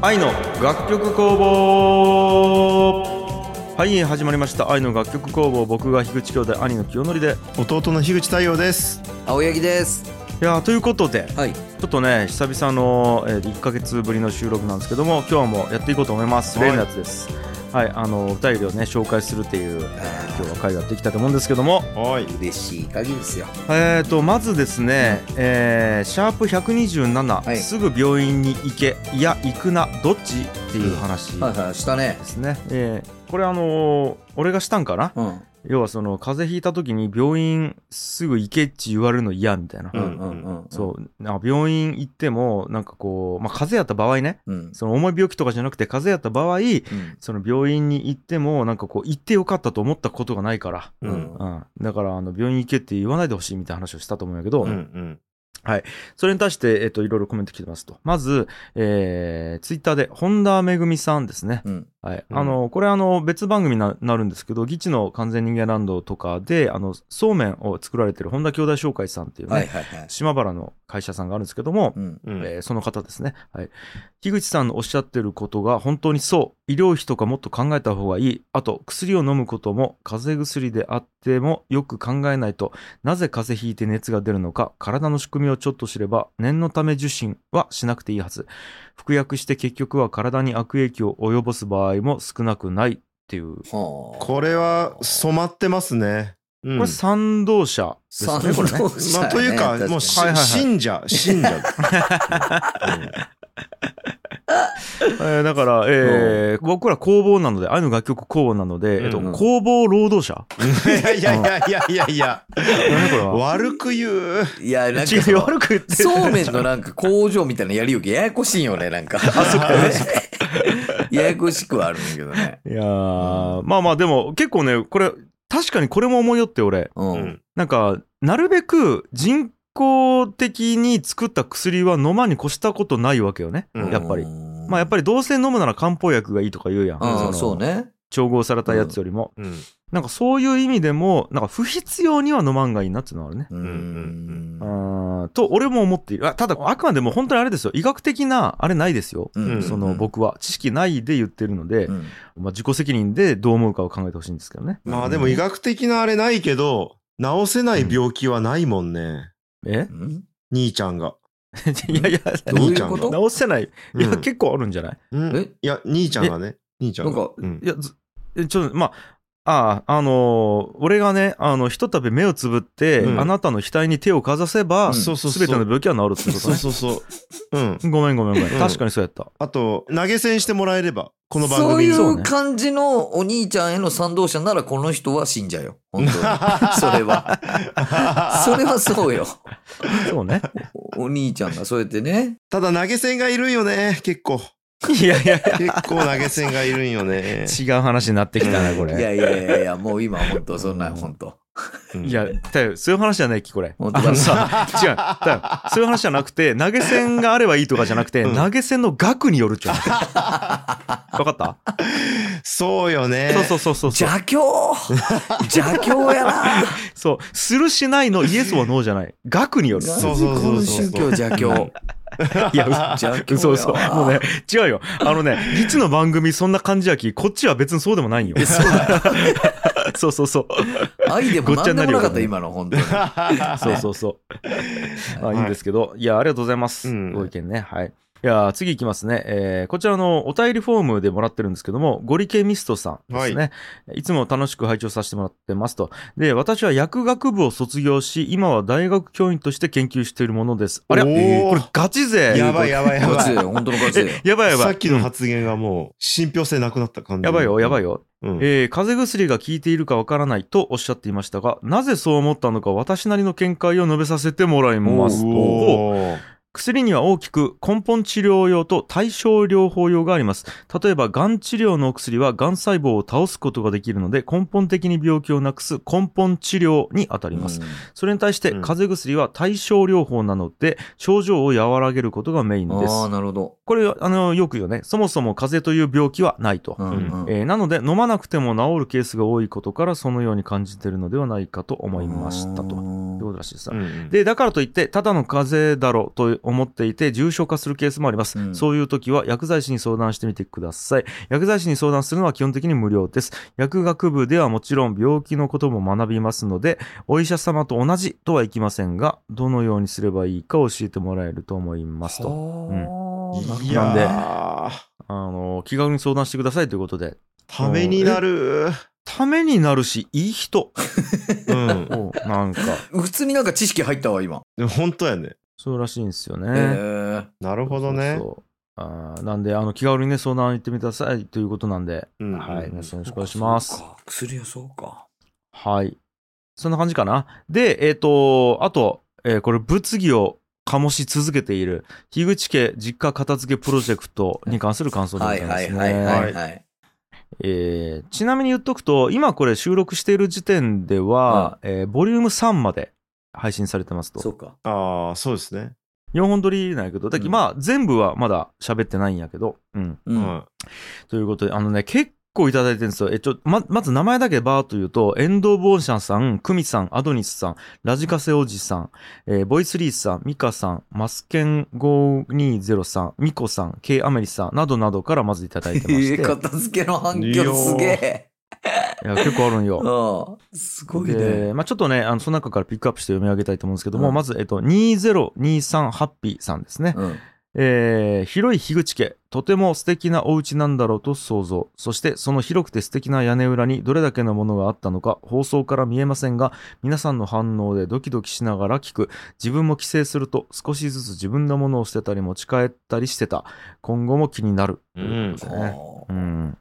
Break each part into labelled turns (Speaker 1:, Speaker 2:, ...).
Speaker 1: 愛の楽曲工房はい始まりました愛の楽曲工房僕が樋口兄弟兄の清則で
Speaker 2: 弟の樋口太陽です
Speaker 3: 青柳です。
Speaker 1: いやーということで
Speaker 3: はい。
Speaker 1: ちょっとね久々の、えー、1か月ぶりの収録なんですけども今日もやっていこうと思います、
Speaker 2: はい
Speaker 1: 例のやつですはいあのお便りをね紹介するっていう、えー今日は会をやっていきたいと思うんですけども
Speaker 2: はい
Speaker 3: 嬉しい限りですよ。
Speaker 1: えー、とまずですね、えーシャープ127、
Speaker 3: はい
Speaker 1: すぐ病院に行けいや行くなどっちっていう話
Speaker 3: はい
Speaker 1: で
Speaker 3: はい。したね。
Speaker 1: すね、えーこれあのー俺がしたんかな
Speaker 3: うん。うん
Speaker 1: 要はその風邪ひいた時に病院すぐ行けっち言われるの嫌みたいな、
Speaker 2: う
Speaker 3: うんんうん。
Speaker 1: そうなんか病院行ってもなんかこう、まあ、風邪やった場合ね
Speaker 3: うん。うん。
Speaker 1: その重い病気とかじゃなくて風邪やった場合
Speaker 3: うん。
Speaker 1: その病院に行ってもなんかこう行ってよかったと思ったことがないから、
Speaker 2: うんうん
Speaker 1: うん、だからあの病院行けって言わないでほしいみたいな話をしたと思うんやけど、
Speaker 2: うん
Speaker 1: それに対して、えっと、いろいろコメント来てますと。まず、えー、ツイッターで、本田めぐみさんですね。
Speaker 3: うん。
Speaker 1: はい。
Speaker 2: うん
Speaker 1: あの、これ、あの、別番組にななるんですけど、ギチの完全人間ランドとかで、あの、そうめんを作られてる本田兄弟商会さんっていうね、
Speaker 3: はいはいはい。
Speaker 1: 島原の会社さんがあるんですけども
Speaker 3: う、ん。
Speaker 2: うん
Speaker 1: えーその方ですね。はい。樋口さんのおっしゃってることが本当にそう。医療費とかもっと考えた方がいい。あと、薬を飲むことも、風邪薬であってもよく考えないと、なぜ風邪ひいて熱が出るのか、体の仕組みをちょっと知れば、念のため受診はしなくていいはず。服薬して結局は体に悪影響を及ぼす場合も少なくないっていう。
Speaker 3: はあ。
Speaker 2: これは染まってますね、うん
Speaker 1: これ、賛同者ですね。
Speaker 3: 賛同
Speaker 1: これね
Speaker 3: 者
Speaker 2: まあ、という
Speaker 3: ね確
Speaker 2: か
Speaker 3: かに
Speaker 2: もうし、
Speaker 1: はいはいはい
Speaker 2: 信者信者、
Speaker 1: えーだから、 えー僕ら工房なので、愛の楽曲工房なので、えっと
Speaker 2: うん
Speaker 3: うん
Speaker 1: 工房労働者
Speaker 2: うんいやいやいやいやいやいや
Speaker 1: 何これは。
Speaker 2: 悪く言う
Speaker 3: いや、なん
Speaker 1: 違、
Speaker 3: かそうの、
Speaker 1: 悪く言ってる。
Speaker 3: そうめんのなんか工場みたいなやりよきややこしいよね、なん か。ややこしくはあるんだけどね。
Speaker 1: いやー、まあまあでも結構ね、これ、確かにこれも思いよって俺。
Speaker 3: う。
Speaker 2: うんん
Speaker 1: なんか、なるべく人工的に作った薬は飲まに越したことないわけよね。
Speaker 2: うん
Speaker 1: やっぱり。
Speaker 3: うん
Speaker 1: まあやっぱりどうせ飲むなら漢方薬がいいとか言うやん。
Speaker 3: う
Speaker 1: の
Speaker 3: ん、そうね。
Speaker 1: 調合されたやつよりも。
Speaker 2: うん
Speaker 1: なんかそういう意味でも、なんか不必要には飲まんがいいなっていうのはあるね。
Speaker 3: う
Speaker 2: うん
Speaker 3: ん。
Speaker 1: あーと、俺も思っている。あただ、あくまでも本当にあれですよ。医学的な、あれないですよ。
Speaker 3: うん
Speaker 1: その、僕は知識ないで言ってるので
Speaker 3: う、ん。
Speaker 1: まあ、自己責任でどう思うかを考えてほしいんですけどね。
Speaker 2: まあでも医学的なあれないけど治せない病気はないもんね、
Speaker 1: え
Speaker 3: うん
Speaker 2: 兄ちゃんが、
Speaker 1: いやいや、
Speaker 3: どう
Speaker 2: 兄
Speaker 3: いうこ
Speaker 2: ちゃん
Speaker 3: と
Speaker 1: 直せない。
Speaker 2: うん
Speaker 1: いや、結構あるんじゃない、
Speaker 2: うん
Speaker 3: え
Speaker 2: いや兄ちゃんがね兄ちゃんが
Speaker 3: なんか
Speaker 2: うん
Speaker 1: いや、ずえちょっと、まあ、ああ、あのー俺がね、あの、ひとたび目をつぶって、
Speaker 2: うん
Speaker 1: あなたの額に手をかざせば、
Speaker 3: うん
Speaker 1: す
Speaker 2: そうそうそ
Speaker 1: べ
Speaker 2: う
Speaker 1: ての病気は治るってこと
Speaker 2: そう
Speaker 1: ね。
Speaker 2: そうそううん
Speaker 1: ごめんごめんごめん。
Speaker 2: うん
Speaker 1: 確かにそうやった。
Speaker 2: あと投げ銭してもらえればこの番組に
Speaker 3: そう
Speaker 1: そ
Speaker 3: いうう
Speaker 1: ね
Speaker 3: 感じのお兄ちゃんへの賛同者ならこの人は信者よ。本 当に。それは。 それはそうよ。
Speaker 1: そうね。
Speaker 3: おお兄ちゃんがそうやってね。
Speaker 2: ただ投げ銭がいるんよね結構
Speaker 1: いやいやい
Speaker 2: 結構投げ銭がいるん よね
Speaker 1: や、違う話になってきたな、こ
Speaker 3: い
Speaker 1: れ。
Speaker 3: やいやいやいや、もう今本当そんな
Speaker 1: うん
Speaker 3: 本当。
Speaker 2: うん
Speaker 1: いや、だよそういう話じゃないき、これ。
Speaker 3: 本
Speaker 1: あ
Speaker 3: 当だ
Speaker 1: のさ、 違う。だよそういう話じゃなくて、投げ銭があればいいとかじゃなくて、
Speaker 2: うん
Speaker 1: 投げ銭の額によるっちゅう話。わかった、
Speaker 2: そうよね
Speaker 1: そうそうそうそう。
Speaker 3: 邪教邪教やな
Speaker 1: そう。するしないのイエスはノーじゃない。額による。
Speaker 2: そうそうそうそう
Speaker 3: 何この宗教邪教。
Speaker 1: いや、
Speaker 3: 邪教やわ。
Speaker 1: 嘘嘘。もうね、違うよ。あのね、ギチの番組そんな感じやき、こっちは別にそうでもないんよ
Speaker 3: い。や。そうだよ
Speaker 1: そうそうそう。
Speaker 3: 愛でも
Speaker 1: ごっちゃ
Speaker 3: 何
Speaker 1: になる
Speaker 3: でも
Speaker 1: よ
Speaker 3: なかった今の本当に。
Speaker 1: そうそうそう。あいいんですけど、い、や、ありがとうございます。
Speaker 2: うん
Speaker 1: ご意見ね。はい。いやー、次いきますね。えーこちらのお便りフォームでもらってるんですけども、ゴリケミストさんですね。い、つも楽しく拝聴させてもらってますと。で、私は薬学部を卒業し、今は大学教員として研究しているものです。あれ、
Speaker 2: おー
Speaker 1: えーこれガチ勢。
Speaker 2: やばいやばいや
Speaker 3: ガ
Speaker 2: ば
Speaker 3: チ
Speaker 2: い
Speaker 3: だよ、本当のガチだよ
Speaker 1: え。やばいやばい。
Speaker 2: さっきの発言がもう信憑性なくなった感じ
Speaker 1: やばいよ、やばい
Speaker 2: よ、
Speaker 1: よ。
Speaker 2: うん
Speaker 1: えー風邪薬が効いているかわからないとおっしゃっていましたが、なぜそう思ったのか私なりの見解を述べさせてもらいますと。
Speaker 2: おー
Speaker 1: 薬には大きく根本治療用と対症療法用があります。例えば、がん治療のお薬は、がん細胞を倒すことができるので、根本的に病気をなくす根本治療に当たります。それに対して、
Speaker 2: うん
Speaker 1: 風邪薬は対症療法なので、症状を和らげることがメイン
Speaker 3: うん
Speaker 1: です
Speaker 3: ああ、。なるほど。
Speaker 1: これ、あの、よくよね、そもそも風邪という病気はないと。
Speaker 3: うんうん
Speaker 1: えーなので、飲まなくても治るケースが多いことから、そのように感じているのではないかと思いましたと。ということらしいです
Speaker 2: う。んうん
Speaker 1: で、だからといって、ただの風邪だろうと思っていて、重症化するケースもあります。
Speaker 3: うん
Speaker 1: そういう時は、薬剤師に相談してみてください。薬剤師に相談するのは基本的に無料です。薬学部ではもちろん病気のことも学びますので、お医者様と同じとはいきませんが、どのようにすればいいか教えてもらえると思いますと。
Speaker 3: はあ
Speaker 2: い
Speaker 1: なんで
Speaker 2: やー
Speaker 1: あの、気軽に相談してくださいということで。
Speaker 2: ためになる。
Speaker 1: ためになるし、いい人。
Speaker 2: うん。
Speaker 1: お なんか、
Speaker 3: 普通になんか知識入ったわ、今。
Speaker 2: でも本当やね。
Speaker 1: そうらしいんですよね。
Speaker 3: へえ
Speaker 2: なるほどね。
Speaker 1: そうそうあーなんで、あの、気軽にね、相談行ってみてくださいということなんで、
Speaker 2: うんうん
Speaker 1: はい、皆さんよろしくお願いします。
Speaker 3: そうか薬はそうか。
Speaker 1: はい。そんな感じかな。で、えっ、と、あと、えーこれ、物議を醸し続けている、樋口家実家片付けプロジェクトに関する感想でご
Speaker 3: は
Speaker 1: ざ
Speaker 3: い
Speaker 1: いま
Speaker 3: はい
Speaker 1: す
Speaker 3: はいは
Speaker 1: ね。
Speaker 3: いはい。
Speaker 1: えーちなみに言っとくと、今これ収録している時点では、えーボリューム3まで配信されてます
Speaker 3: そ
Speaker 1: と。
Speaker 3: うか。
Speaker 2: ああ、そうですね。
Speaker 1: 4本撮りなんやけど、だけど
Speaker 3: うん
Speaker 1: まあ、全部はまだ喋ってないんやけど、うん。
Speaker 3: うん。
Speaker 2: は
Speaker 1: ということで、あのね、結構いただいてるんですよ。え、ちょ、ま、まず名前だけバーっと言うと、エンドボーシャンさん、クミさん、アドニスさん、ラジカセおじさん、えーボイスリーさん、ミカさん、マスケン520さん、ミコさん、K アメリさん、などなどからまずいただいてまし
Speaker 3: え
Speaker 1: て。い
Speaker 3: 片付けの反響すげえ。
Speaker 1: や、結構あるんよ。
Speaker 3: うん。すごいね。
Speaker 1: で、まあちょっとね、あの、その中からピックアップして読み上げたいと思うんですけども、
Speaker 3: うん
Speaker 1: まず、えっと、2023ハッピーさんですね。
Speaker 3: うん。
Speaker 1: えー広い樋口家、とても素敵なお家なんだろうと想像。そして、その広くて素敵な屋根裏にどれだけのものがあったのか、放送から見えませんが、皆さんの反応でドキドキしながら聞く。自分も帰省すると、少しずつ自分のものを捨てたり持ち帰ったりしてた。今後も気になる。
Speaker 2: う
Speaker 1: と
Speaker 2: ん
Speaker 1: いうことでね。
Speaker 3: あ
Speaker 1: う
Speaker 3: ー
Speaker 1: ん。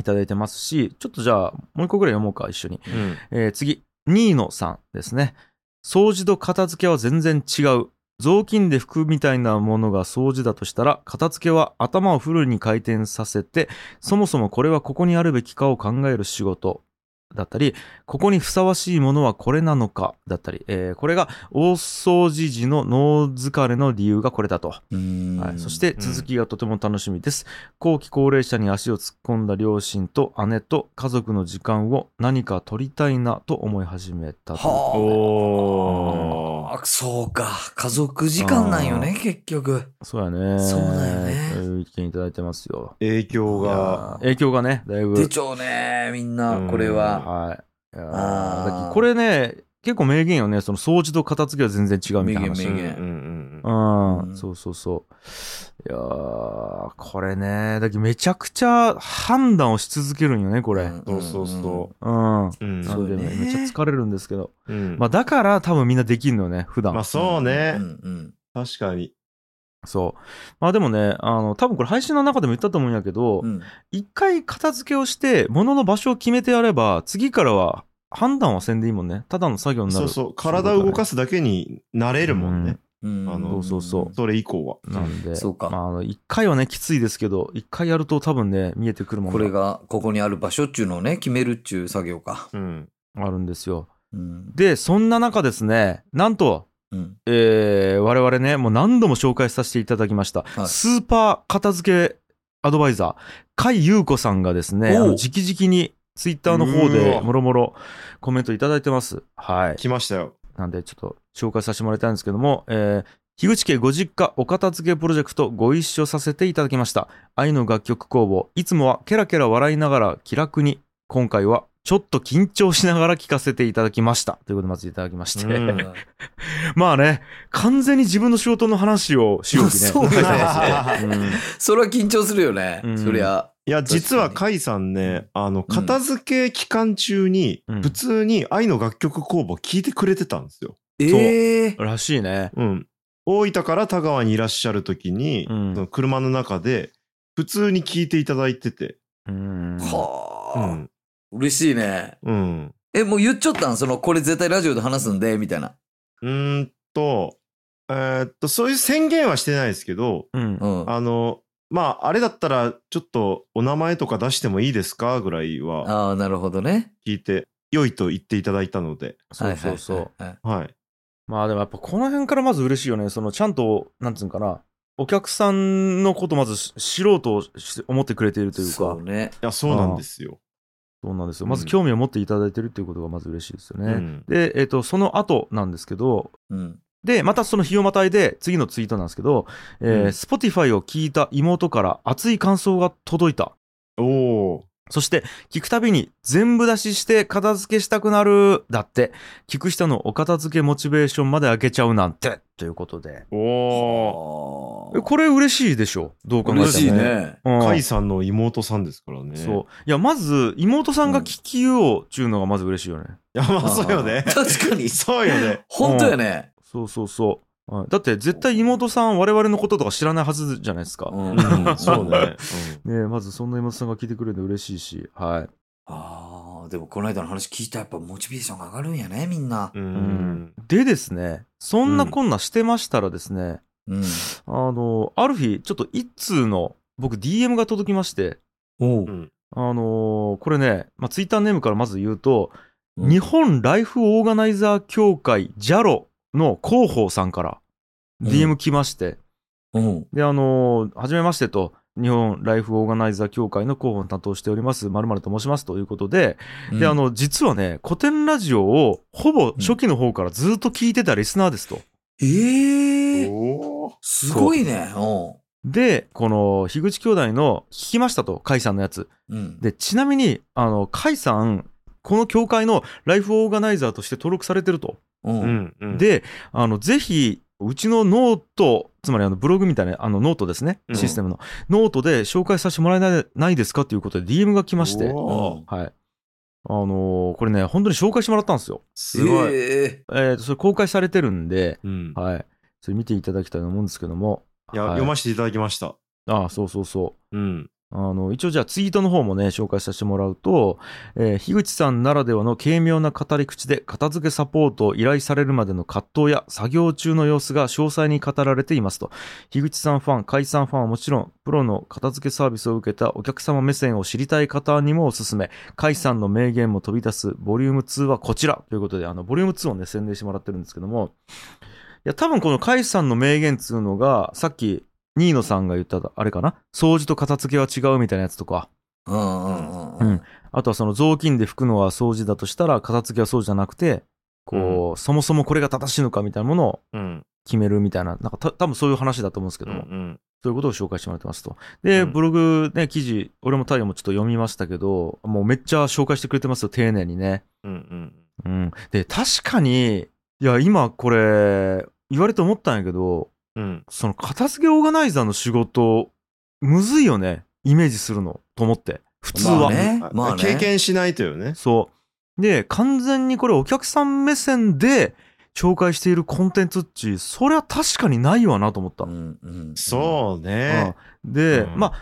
Speaker 1: いただいてますし、ちょっとじゃあ、もう一個ぐらい読もうか、一緒に。
Speaker 2: い。うん。
Speaker 1: えー次、ニーノさんですね。掃除と片付けは全然違う。雑巾で拭くみたいなものが掃除だとしたら、片付けは頭をフルに回転させて、そもそもこれはここにあるべきかを考える仕事だったり、ここにふさわしいものはこれなのかだったり、えーこれが大掃除時の脳疲れの理由がこれだと。
Speaker 3: うん
Speaker 1: はい、そして続きがとても楽しみです、後期高齢者に足を突っ込んだ両親と姉と家族の時間を何か取りたいなと思い始めたと
Speaker 3: は
Speaker 2: おー。
Speaker 3: あ。あそうか。家族時間なんよね、結局。
Speaker 1: そうやね
Speaker 3: そうだよね
Speaker 1: という意見いただいてますよ
Speaker 2: 影響が。
Speaker 1: 影響がねだいぶ
Speaker 3: 出ちゃうね、みん
Speaker 2: う
Speaker 3: な、
Speaker 2: ん
Speaker 3: これは。
Speaker 1: はいいやー
Speaker 3: あー
Speaker 1: だってこれね結構名言よねその掃除と片付けは全然違うみたいな話
Speaker 3: 名言名言
Speaker 2: うんうんうん。
Speaker 1: うん、
Speaker 3: うん
Speaker 1: そうそうそう。いやー、これね、だけどめちゃくちゃ判断をし続けるんよね、これ。
Speaker 3: ん
Speaker 2: そうそうそ
Speaker 1: うん。
Speaker 2: う。うん。
Speaker 1: な
Speaker 3: そ
Speaker 1: んで
Speaker 3: うよ
Speaker 1: ね
Speaker 3: ね
Speaker 1: めっちゃ疲れるんですけど。
Speaker 2: うん
Speaker 1: まあだから多分みんなできんのよね、普段。
Speaker 2: まあそうね
Speaker 3: う。んうん
Speaker 2: 確かに。
Speaker 1: そう。まあでもね、あの、多分これ配信の中でも言ったと思うんやけど
Speaker 3: う、ん
Speaker 1: 一、回片付けをして、物の場所を決めてやれば、次からは判断はせんでいいもんね。ただの作業にな
Speaker 2: そ
Speaker 1: る。
Speaker 2: うそう。体を動か
Speaker 1: す。
Speaker 2: すだけになれるもんね。
Speaker 3: うん
Speaker 2: あの
Speaker 1: そうそうそう
Speaker 2: それ以降は。
Speaker 1: なんで、
Speaker 3: そうか
Speaker 1: まああの、一回はね、きついですけど、一回やると多分ね、見えてくるも
Speaker 3: これ
Speaker 1: のが
Speaker 3: がここにある場所っちゅうのをね決めるっちゅう作業か。
Speaker 2: うん。
Speaker 1: あるんですよ。
Speaker 3: うん
Speaker 1: で、そんな中ですね、なんと、
Speaker 3: うん、
Speaker 1: えー我々ね、もう何度も紹介させていただきました、
Speaker 3: はい
Speaker 1: スーパー片付けアドバイザー、甲斐優子さんがですね、
Speaker 3: おう
Speaker 1: あの直々にツイッターの方
Speaker 2: う
Speaker 1: で
Speaker 2: わ
Speaker 1: もろもろコメントいただいてます。はい。
Speaker 2: 来ましたよ。
Speaker 1: なんでちょっと紹介させてもらいたいんですけども、えー樋口家ご実家お片付けプロジェクトご一緒させていただきました。愛の楽曲工房。いつもはケラケラ笑いながら気楽に、今回はちょっと緊張しながら聞かせていただきました。ということでまずいただきまして。
Speaker 2: うん
Speaker 1: まあね、完全に自分の仕事の話をしようきね。
Speaker 3: そうだ
Speaker 1: ね。
Speaker 3: それは緊張するよね、
Speaker 1: うん
Speaker 3: そりゃ。
Speaker 2: いや、
Speaker 3: かに
Speaker 2: 実は甲斐さんね、あの、片付け期間中に、
Speaker 1: うん
Speaker 2: 普通に愛の楽曲公募聞いてくれてたんですよ。
Speaker 3: ええ
Speaker 1: らしいね。
Speaker 2: うん。大分から田川にいらっしゃる時に、
Speaker 1: うん
Speaker 2: その車の中で、普通に聞いていただいてて。
Speaker 1: うん。
Speaker 2: う
Speaker 3: はあ、
Speaker 2: ん。
Speaker 3: 嬉しいね。
Speaker 2: うん。
Speaker 3: えもう言っちゃったんそのこれ絶対ラジオで話すんでみたいな。
Speaker 2: うーんと、えーっと、そういう宣言はしてないですけど、
Speaker 1: うん
Speaker 3: う。ん、あ
Speaker 2: あの、まあ、あれだったら、ちょっとお名前とか出してもいいですかぐらいは
Speaker 3: あーなるほどね。
Speaker 2: 聞いて、良いと言っていただいたので、
Speaker 1: そうそうそう。
Speaker 3: はいはい
Speaker 2: はい。
Speaker 1: まあでもやっぱこの辺からまず嬉しいよね。そのちゃんと、なんつうんかな、お客さんのことまずし知ろうとし思ってくれているという
Speaker 3: そ
Speaker 1: か
Speaker 3: う。ね。
Speaker 2: いや、そうなんですよ。
Speaker 1: そうなんですよ。まず
Speaker 2: うん
Speaker 1: 興味を持っていただいてるっていうことがまず嬉しいですよ
Speaker 2: う
Speaker 1: ね。
Speaker 2: ん
Speaker 1: で、えっ、と、その後なんですけど、
Speaker 3: うん。
Speaker 1: で、またその日をまたいで、次のツイートなんですけど、えー
Speaker 2: うん
Speaker 1: Spotify を聞いた妹から熱い感想が届いた。
Speaker 2: おお
Speaker 1: そして、聞くたびに全部出しして片付けしたくなる。だって、聞く人のお片付けモチベーションまで上げちゃうなんて。ということで。
Speaker 2: おお
Speaker 1: え
Speaker 3: あ
Speaker 1: これ嬉しいでしょどう考
Speaker 3: あ。
Speaker 1: えても。
Speaker 3: 嬉しい。ね。。
Speaker 1: うん、
Speaker 2: 甲斐さんの妹さんですからね。
Speaker 1: そう。いや、まず、妹さんが聞きようっていうのがまず嬉しいよね。
Speaker 2: いや、まあそうよね
Speaker 3: 確かに。
Speaker 2: そうよね。
Speaker 3: 本当やね。
Speaker 1: そうそうそう。はいだって、絶対妹さん、我々のこととか知らないはずじゃないですか。
Speaker 3: うん
Speaker 2: うんそうね。
Speaker 1: ねえまずそんな妹さんが聞いてくれるの嬉しいし、はい。
Speaker 3: ああ、でもこの間の話聞いたらやっぱモチベーションが上がるんやね、みんな
Speaker 2: う。。
Speaker 1: うんでですね、そんなこんなしてましたらですね、
Speaker 3: うん。
Speaker 1: あの、ある日、ちょっと一通の、僕 DM が届きまして、
Speaker 2: う
Speaker 3: お
Speaker 2: ん
Speaker 1: あのーこれね、まあ、ツイッターネームからまず言うと、
Speaker 3: うん
Speaker 1: 日本ライフオーガナイザー協会 JALO の広報さんから
Speaker 3: うん
Speaker 1: DM 来まして、
Speaker 3: うん。
Speaker 1: で、あのー、はじめましてと、日本ライフオーガナイザー協会の広報を担当しております、まると申しますということで、で、あ、の、実はね、古典ラジオをほぼ初期の方からずっと聞いてたリスナーですと。
Speaker 3: ええ、
Speaker 2: おお。
Speaker 3: すごいね。う
Speaker 1: で、この、樋口兄弟の聞きましたと、甲斐さんのやつ。
Speaker 3: ん。うん。
Speaker 1: で、ちなみに、あの、甲斐さん、この協会のライフオーガナイザーとして登録されてると。
Speaker 3: う。
Speaker 2: うんんうん。
Speaker 1: で、あの、ぜひ、うちのノート、つまりあのブログみたいな、あのノートですね、
Speaker 2: うん
Speaker 1: システムの、ノートで紹介させてもらえないないですかということで DM が来まして、はい。
Speaker 2: うわ
Speaker 3: うん
Speaker 1: あのーこれね、本当に紹介してもらったんですよ。
Speaker 2: すごい。
Speaker 3: ええ
Speaker 1: えーと、それ公開されてるんで、
Speaker 2: うん。
Speaker 1: はい。それ見ていただきたいと思うんですけども。
Speaker 2: いや、
Speaker 1: はい
Speaker 2: 読ませていただきました。
Speaker 1: ああ、そうそうそう。
Speaker 2: うん。
Speaker 1: あの、一応じゃあツイートの方もね、紹介させてもらうと、えー樋口さんならではの軽妙な語り口で片付けサポートを依頼されるまでの葛藤や作業中の様子が詳細に語られていますと。樋口さんファン、海さんファンはもちろん、プロの片付けサービスを受けたお客様目線を知りたい方にもおすすめ。海さんの名言も飛び出す、ボリューム2はこちらということで、あの、ボリューム2をね、宣伝してもらってるんですけども、いや、多分この海さんの名言っつうのが、さっき、ニーノさんが言った、あれかな掃除と片付けは違うみたいなやつとか、
Speaker 3: うんう
Speaker 1: う
Speaker 3: んうんん。
Speaker 1: あとはその雑巾で拭くのは掃除だとしたら、片付けはそうじゃなくて、こう、そもそもこれが正しいのかみたいなものを
Speaker 2: うん。
Speaker 1: 決めるみたいな、なんかた多分そういう話だと思うんですけ
Speaker 2: う
Speaker 1: ど
Speaker 2: ん
Speaker 1: も、
Speaker 2: うん。
Speaker 1: そういうことを紹介してもらってますと。で、
Speaker 2: うん
Speaker 1: ブログね、記事、俺も太陽もちょっと読みましたけど、もうめっちゃ紹介してくれてますよ、丁寧にね。
Speaker 2: うんうん。
Speaker 1: うん。で、確かに、いや、今これ、言われて思ったんやけど、
Speaker 2: うん。
Speaker 1: その片付けオーガナイザーの仕事、むずいよね、イメージするの、と思って。普通は。
Speaker 3: まあねまあね
Speaker 2: 経験しないとよね。
Speaker 1: そう。で、完全にこれお客さん目線で紹介しているコンテンツっち、そりゃ確かにないわなと思った。
Speaker 3: うんうん。
Speaker 2: そうね。
Speaker 1: うんで、
Speaker 2: うん
Speaker 1: まあ、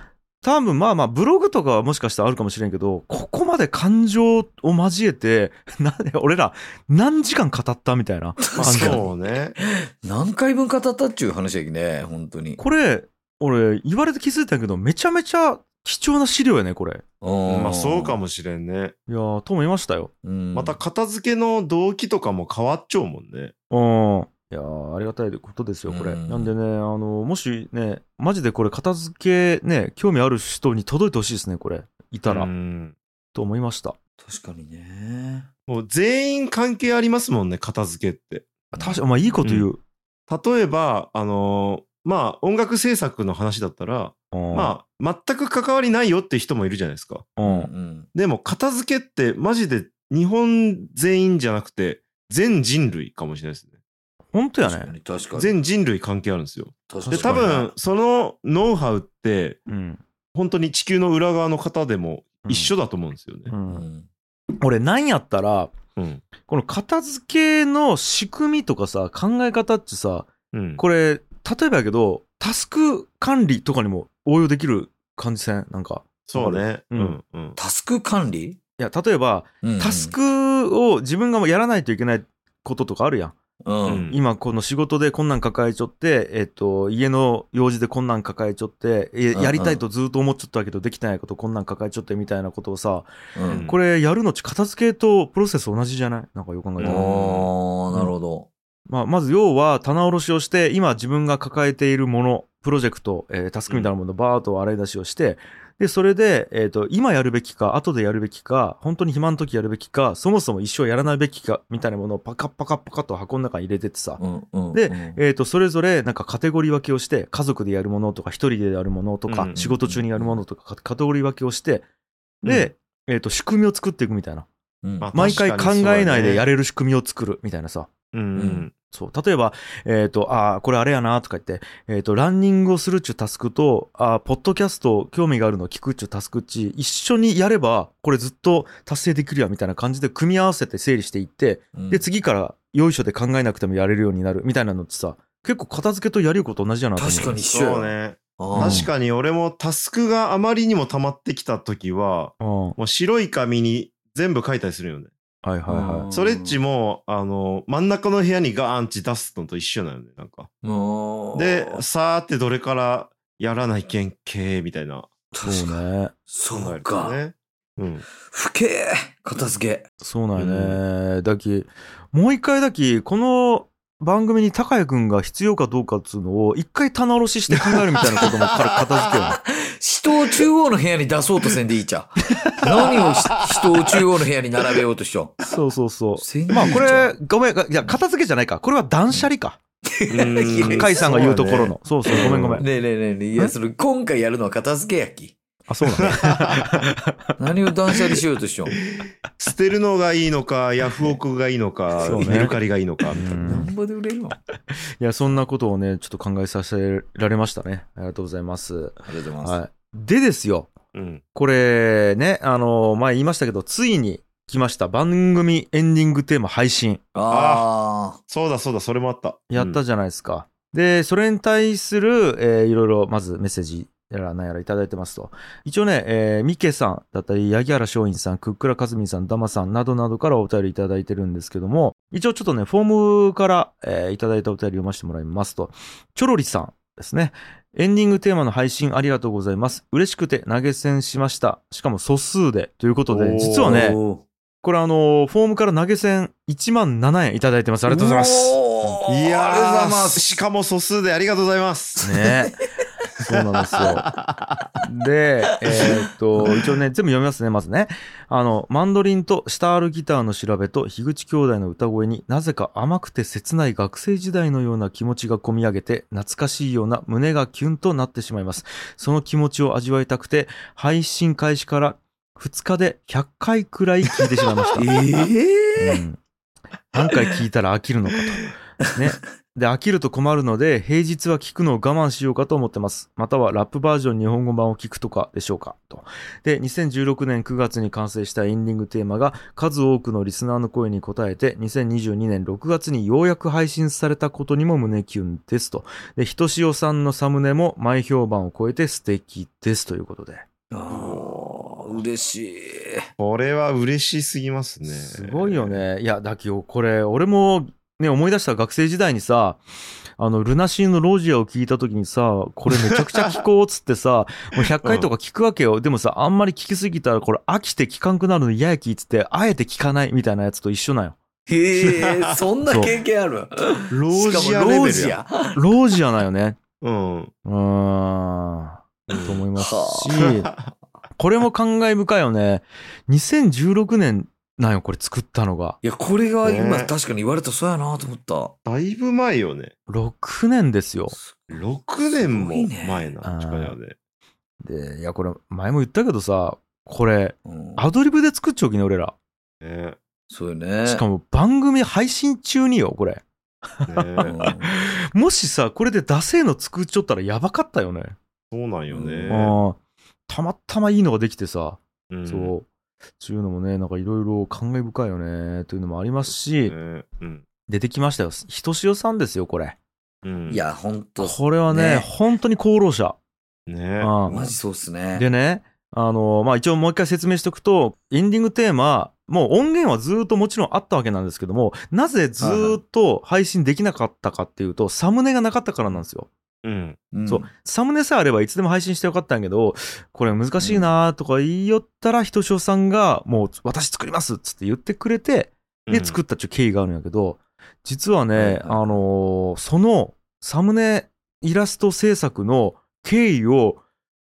Speaker 1: 多分まあまあ、ブログとかはもしかしたらあるかもしれんけど、ここまで感情を交えて、 な俺ら何時間語ったみたいな
Speaker 3: うん。
Speaker 1: 感じ。
Speaker 2: そうね。
Speaker 3: 何回分語ったっちゅう話やきね、本当に。
Speaker 1: これ、俺、言われて気づいたけど、めちゃめちゃ貴重な資料やね、これ。
Speaker 3: うん
Speaker 2: まあそうかもしれんね。
Speaker 1: いやー、と思いましたよ。
Speaker 3: うん
Speaker 2: また片付けの動機とかも変わっちゃうもんね。
Speaker 1: うん。いやーありがたいことですよ、これ。
Speaker 3: うん
Speaker 1: なんでね、あの、もしね、マジでこれ、片付けね、興味ある人に届いてほしいですね、これ。いたら、
Speaker 2: うん
Speaker 1: と思いました。
Speaker 3: 確かにね。
Speaker 2: もう全員関係ありますもんね、片付けって。
Speaker 1: 確か、まあ、いいこと言う。
Speaker 2: 例えば、あのーまあ音楽制作の話だったら、
Speaker 1: うん、
Speaker 2: まあ全く関わりないよって人もいるじゃないですか。
Speaker 1: あ、うん。
Speaker 3: うん。
Speaker 2: でも片付けってマジで日本全員じゃなくて全人類かもしれないですね。
Speaker 1: 本当や
Speaker 3: 確
Speaker 1: ね
Speaker 3: か。に、確かに。
Speaker 2: 全人類関係あるんですよ。
Speaker 3: 確か
Speaker 2: で
Speaker 3: に
Speaker 2: 多分そのノウハウって
Speaker 1: うん。
Speaker 2: 本当に地球の裏側の方でも一緒だと思うんですよね
Speaker 1: う。。
Speaker 3: うんん。
Speaker 1: 俺、なんやったら、
Speaker 2: うん。
Speaker 1: この片付けの仕組みとかさ、考え方ってさ、
Speaker 2: うん。
Speaker 1: これ、例えばやけど、タスク管理とかにも応用できる感じせんなんか。
Speaker 2: そうね。
Speaker 1: う
Speaker 2: うんん。うん。
Speaker 3: タスク管理
Speaker 1: いや、例えば、タス、クを自分がやらないといけないこととかあるやん。
Speaker 3: うんう
Speaker 2: うんん
Speaker 1: 今、この仕事でこんなん抱えちょって、えっと、家の用事でこんなん抱えちょって、え
Speaker 3: うんうん
Speaker 1: やりたいとずっと思っちゃったけど、できてないことこんなん抱えちょってみたいなことをさ、
Speaker 3: うん
Speaker 1: これやるのち片付けとプロセス同じじゃないなんかよく考えたら。
Speaker 3: ああ、なるほど。
Speaker 1: まあ、まず要は棚卸しをして今自分が抱えているものプロジェクト、えータスクみたいなものをバーッと洗い出しをしてで、それで、えっ、と、今やるべきか、後でやるべきか、本当に暇の時やるべきか、そもそも一生やらないべきか、みたいなものをパカッパカッパカッと箱の中に入れてってさ、
Speaker 3: うんうん
Speaker 1: で
Speaker 3: うん
Speaker 1: えっ、と、それぞれなんかカテゴリー分けをして、家族でやるものとか、一人でやるものとか、
Speaker 2: うん
Speaker 1: 仕事中にやるものとか、カカテゴリー分けをして、で、えっ、と、仕組みを作っていくみたいな。
Speaker 3: うん
Speaker 2: まあ
Speaker 1: 毎回
Speaker 2: 確
Speaker 1: 考
Speaker 2: かにそうだね
Speaker 1: えないでやれる仕組みを作るみたいなさ。
Speaker 2: うんうん
Speaker 1: そう。例えば、えっ、と、ああ、これあれやなとか言って、えっ、と、ランニングをするっちゅうタスクと、ああ、ポッドキャスト興味があるの聞くっちゅうタスクっち、一緒にやれば、これずっと達成できるやみたいな感じで組み合わせて整理していって、
Speaker 3: うん
Speaker 1: で、次から、よいしょで考えなくてもやれるようになるみたいなのってさ、結構片付けとやること同じやなと思う
Speaker 3: 確かに一緒や
Speaker 2: そうね。
Speaker 3: あー
Speaker 2: 確かに俺もタスクがあまりにも溜まってきた時は、
Speaker 1: うん。
Speaker 2: もう白い紙に全部書いたりするよね。
Speaker 1: はいはいはい。
Speaker 3: うん
Speaker 2: それっちも、あの、真ん中の部屋にガーンチ出すのと一緒なのね、なんか。
Speaker 3: うん
Speaker 2: で、さーってどれからやらないけんけ、みたいな
Speaker 1: そう
Speaker 3: 確かに
Speaker 1: ね。
Speaker 2: 考
Speaker 3: そ
Speaker 2: え
Speaker 3: う
Speaker 2: ると
Speaker 3: か
Speaker 2: ね。 うん。
Speaker 3: 不敬片付け
Speaker 1: そうなんよね。だき、もう一回だき、この番組に高谷くんが必要かどうかっつうのを、一回棚卸しして考えるみたいなこともから片付けよう
Speaker 3: 人を中央の部屋に出そうとせんでいいじゃん 何をし人を中央の部屋に並べようとしちゃう
Speaker 1: ね。 そうそうそ
Speaker 3: せんで
Speaker 1: う。
Speaker 3: いいじゃ
Speaker 1: まあ
Speaker 3: ん
Speaker 1: これ、ごめん、いや、片付けじゃないか。これは断捨離か。
Speaker 3: うん
Speaker 1: 甲斐さんが言うところの。そうそう、ごめんごめん。
Speaker 3: ねえねえねえねえいや、それ、今回やるのは片付けやき。
Speaker 1: あ、そうだね。
Speaker 3: 何を断捨離しようとしよう。
Speaker 2: 捨てるのがいいのか、ヤフオクがいいのか、
Speaker 1: そうね
Speaker 2: メルカリがいいのか、
Speaker 1: う
Speaker 2: みたい
Speaker 1: ん
Speaker 2: な。
Speaker 3: なんぼで売れるのあ
Speaker 1: いや、そんなことをね、ちょっと考えさせられましたね。ありがとうございます。
Speaker 3: りがとうございます。
Speaker 1: はい。でですよ。
Speaker 2: うん。
Speaker 1: これね、あの、前言いましたけど、ついに来ました。番組エンディングテーマ配信。
Speaker 3: ああ。
Speaker 2: そうだそうだ、それもあった。
Speaker 1: やったじゃないですか。で、それに対する、えーいろいろ、まずメッセージやら何やらいただいてますと。一応ね、えーミケさんだったり、八木原松陰さん、クックラカズミさん、ダマさんなどなどからお便りいただいてるんですけども、一応ちょっとね、フォームから、えーいただいたお便り読ませてもらいますと、チョロリさんですね。エンディングテーマの配信ありがとうございます。嬉しくて投げ銭しました。しかも素数で。ということ
Speaker 2: お
Speaker 1: で、
Speaker 2: ー
Speaker 1: 実はね、
Speaker 3: おー
Speaker 1: これあの、フォームから投げ銭1万7円いただいてます。ありがとうございます。
Speaker 3: おー
Speaker 2: いやー
Speaker 3: ありがとうございます。
Speaker 2: しかも素数でありがとうございます。
Speaker 1: ね。そうなんですよ。で、えーっと、一応ね、全部読みますね、まずね。あの、マンドリンと下あるギターの調べと、樋口兄弟の歌声になぜか甘くて切ない学生時代のような気持ちが込み上げて、懐かしいような胸がキュンとなってしまいます。その気持ちを味わいたくて、配信開始から2日で100回くらい聞いてしまいました。
Speaker 3: ええ
Speaker 1: うん何回聞いたら飽きるのかと。ね。で、飽きると困るので、平日は聞くのを我慢しようかと思ってます。またはラップバージョン日本語版を聞くとかでしょうか。と。で、2016年9月に完成したエンディングテーマが、数多くのリスナーの声に応えて、2022年6月にようやく配信されたことにも胸キュンです。と。で、ひとしおさんのサムネも前評判を超えて素敵です。ということで。
Speaker 3: あー嬉しい。
Speaker 2: これは嬉しすぎますね。
Speaker 1: すごいよ。ね。いや、だけどこれ、俺も、ね、思い出した学生時代にさ、あの、ルナシーのロジアを聞いた時にさ、これめちゃくちゃ聞こうっつってさ、もう100回とか聞くわけよ。でもさ、あんまり聞きすぎたらこれ飽きて聞かんくなるの嫌やきっつって、あえて聞かないみたいなやつと一緒なんよ。
Speaker 3: へえ、 そんな経験ある
Speaker 2: ロー
Speaker 3: しか
Speaker 2: ジア
Speaker 3: も
Speaker 2: レベルや
Speaker 3: ロ
Speaker 2: ん。
Speaker 3: ージア。
Speaker 1: ロジアなんよね。
Speaker 2: うん。
Speaker 1: うーん。と思いますし、
Speaker 2: は
Speaker 1: これも感慨深いよね。2016年なんよ、これ作ったのが。
Speaker 3: いや、これが今
Speaker 2: ね
Speaker 3: 確かに言われたらそうやなと思った。
Speaker 2: だいぶ前よね。
Speaker 1: 6年ですよ。
Speaker 2: 6年も前な。
Speaker 1: す
Speaker 2: 近
Speaker 1: ごいね
Speaker 2: いよね。
Speaker 1: で、いや、これ、前も言ったけどさ、これ、
Speaker 3: うん
Speaker 1: アドリブで作っちゃうきね、俺ら。
Speaker 2: ね
Speaker 3: そうよね。
Speaker 1: しかも番組配信中によ、これ。
Speaker 3: うん、
Speaker 2: ね
Speaker 1: もしさ、これでダセーの作っちゃったらやばかったよね。
Speaker 2: そうなんよ
Speaker 1: う
Speaker 2: ね。
Speaker 1: んたまたまいいのができてさ、
Speaker 2: うん
Speaker 1: そう。そういうのもね、なんかいろいろ感慨深いよね、というのもありますし、
Speaker 2: ねうん
Speaker 1: 出てきましたよ。ひとしおさんですよ、これ。
Speaker 2: うん
Speaker 3: いや、ほんと、
Speaker 1: これはね、
Speaker 3: ね
Speaker 1: 本当に功労者。
Speaker 2: ね
Speaker 1: うん
Speaker 3: マジそうっすね。
Speaker 1: でね、あの、まあ、一応もう一回説明しておくと、エンディングテーマ、もう音源はずーっともちろんあったわけなんですけども、なぜずーっと配信できなかったかっていうと、サムネがなかったからなんですよ。
Speaker 2: うん。
Speaker 3: うん
Speaker 1: そう。サムネさえあればいつでも配信してよかったんやけど、これ難しいなーとか言いよったら、ひとしおさんが、もう私作りますっつって言ってくれて、で作
Speaker 2: っ
Speaker 1: ったっちゅう経緯があるんやけど、実は
Speaker 3: はいは
Speaker 1: ね
Speaker 3: い、
Speaker 1: あのーそのサムネイラスト制作の経緯を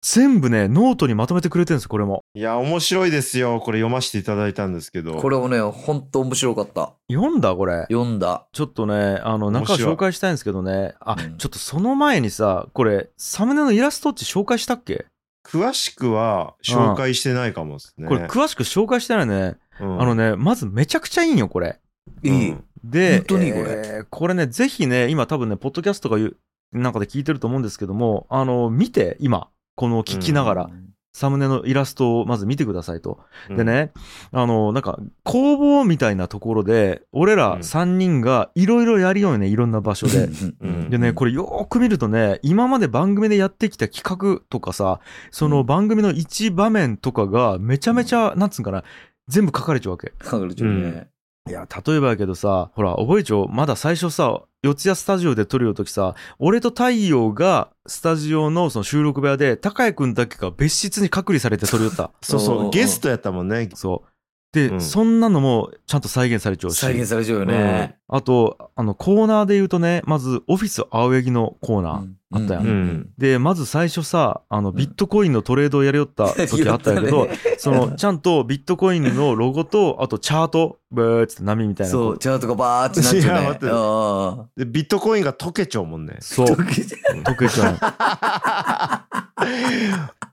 Speaker 1: 全部ね、ノートにまとめてくれてるんですよ、これも。
Speaker 2: いや、面白いですよ。これ読ませていただいたんですけど。
Speaker 3: これもね、ほんと面白かった。
Speaker 1: 読んだこれ。
Speaker 3: 読んだ。
Speaker 1: ちょっとね、あの、
Speaker 2: 面
Speaker 1: 中
Speaker 2: 白い
Speaker 1: 紹介したいんですけどね。あ、
Speaker 3: うん
Speaker 1: ちょっとその前にさ、これ、サムネのイラストって紹介したっけ
Speaker 2: 詳しくは紹介してないかもですね。
Speaker 1: これ、詳しく紹介してないね。
Speaker 2: うん
Speaker 1: あのね、まずめちゃくちゃいいんよ、これ。
Speaker 3: いい。
Speaker 2: うん
Speaker 1: で、
Speaker 3: 本当にこれ
Speaker 1: えーこれね、ぜひね、今多分ね、ポッドキャストとかいうなんかで聞いてると思うんですけども、あの、見て、今、この聞きながら、サムネのイラストをまず見てくださいと。で。ね、あの、なんか、工房みたいなところで、俺ら
Speaker 2: うん
Speaker 1: 3人がいろいろやりようよね、いろんな場所で。
Speaker 2: うん
Speaker 1: でね、これよーく見るとね、今まで番組でやってきた企画とかさ、その番組の一場面とかがめちゃめちゃ、なんつうんかな、全部書かれちゃうわけ。
Speaker 3: れ、彼女ね。
Speaker 1: いや、例えばやけどさ、ほら、覚えちょ、まだ最初さ、四ツ谷スタジオで撮るよときさ、俺と太陽がスタジオのその収録部屋で、高谷くんだけが別室に隔離されて撮るよ った。
Speaker 2: そう
Speaker 3: うんうん
Speaker 2: そうう、
Speaker 3: ん
Speaker 2: ゲストやったもんね。
Speaker 1: そう。で、
Speaker 2: うん
Speaker 1: そんなのもちゃんと再現されちゃうし。
Speaker 3: 再現されちゃうよね。
Speaker 1: あと、あの、コーナーで言うとね、まず、オフィス青柳のコーナー。あったやん
Speaker 3: うん。
Speaker 1: で、まず最初さ、あの、
Speaker 3: ん
Speaker 1: ビットコインのトレードをやりよった時あったんやけど、
Speaker 3: 言ったね
Speaker 1: その、ちゃんとビットコインのロゴと、あとチャート、ブーっつって波みたいな。
Speaker 3: そう、。チャートがバーってなっちゃ う
Speaker 2: いや
Speaker 3: ね
Speaker 2: 待って
Speaker 3: あ
Speaker 2: で、ビットコインが溶けちゃうもんね。
Speaker 1: そう
Speaker 3: あ。。溶けて
Speaker 1: 溶けちゃう。ね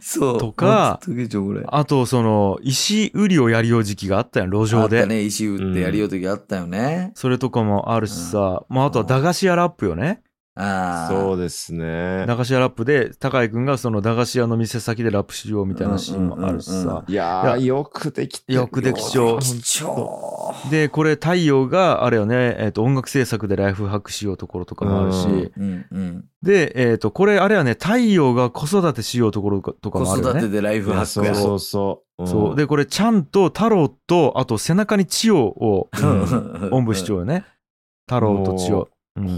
Speaker 3: そう。
Speaker 1: とか
Speaker 3: 溶けちゃうこれ。
Speaker 1: あと、その、石売りをやりよう時期があったやん、路上
Speaker 3: あっ
Speaker 1: で。
Speaker 3: たね、石打ってやりようときあったよね。
Speaker 1: それとかもあるしさ、まあ、あとは駄菓子屋ラップよね。
Speaker 3: ああ。
Speaker 2: そうですね。
Speaker 1: 駄菓子屋ラップで、高井くんがその駄菓子屋の店先でラップしようみたいなシーンもあるし
Speaker 3: うんうんうん
Speaker 1: さ。
Speaker 2: いや
Speaker 1: い
Speaker 2: ー、よくできてる
Speaker 1: よくできちゃう
Speaker 3: 貴重。
Speaker 1: で、これ、太陽が、あれよね、えっ、と、音楽制作でライフハックしようところとかもあるし、
Speaker 2: うん
Speaker 3: うんうん。
Speaker 1: で、えっ、と、これ、あれはね、太陽が子育てしようところとか
Speaker 3: 子
Speaker 1: もあるよ
Speaker 3: 育て
Speaker 1: ね。
Speaker 3: でライ
Speaker 2: い
Speaker 3: フハ
Speaker 2: や
Speaker 3: ッ
Speaker 2: そ
Speaker 3: ク
Speaker 2: う
Speaker 3: や。
Speaker 2: そうそう。うん
Speaker 1: そう。で、これ、ちゃんと太郎と、あと背中に千代を、
Speaker 3: うん
Speaker 1: おんぶしちゃうよね。太郎と千代。うん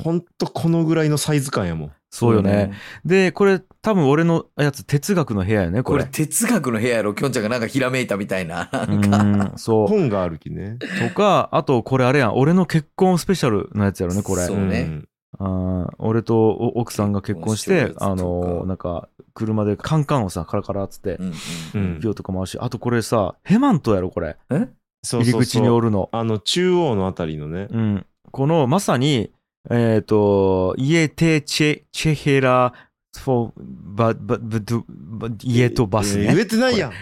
Speaker 2: ほんとこのぐらいのサイズ感やもん。
Speaker 1: そうよね。。で、これ、多分俺のやつ、哲学の部屋よね、こ
Speaker 3: こ
Speaker 1: れ。
Speaker 3: れ哲学の部屋やろ、きょんちゃんがなんかひらめいたみたいな。な
Speaker 1: うん
Speaker 3: か、
Speaker 1: ん、 そう。
Speaker 2: 本があるきね。
Speaker 1: とか、あと、これあれやん、俺の結婚スペシャルのやつやろね、これ。
Speaker 3: そううんね
Speaker 2: ん
Speaker 1: あー俺とお奥さんが結婚して
Speaker 3: 結婚し、てるや
Speaker 1: あ
Speaker 3: つとか
Speaker 1: の、なんか、車でカンカンをさ、カラカラっつって
Speaker 2: う
Speaker 3: う、ん
Speaker 2: ん
Speaker 1: 行とかもあるし、あとこれさ、ヘマントやろ、これ。
Speaker 2: そ
Speaker 1: 入
Speaker 2: うそう
Speaker 1: り
Speaker 2: そう
Speaker 1: 口におるの。
Speaker 2: あの、中央のあたりのね。
Speaker 1: うん。この、まさに、えっ、と、イエテチェ、チェヘラ、フォバ、バ、ブド、バイエとバス
Speaker 2: えー言
Speaker 1: ね。
Speaker 2: えてないやん。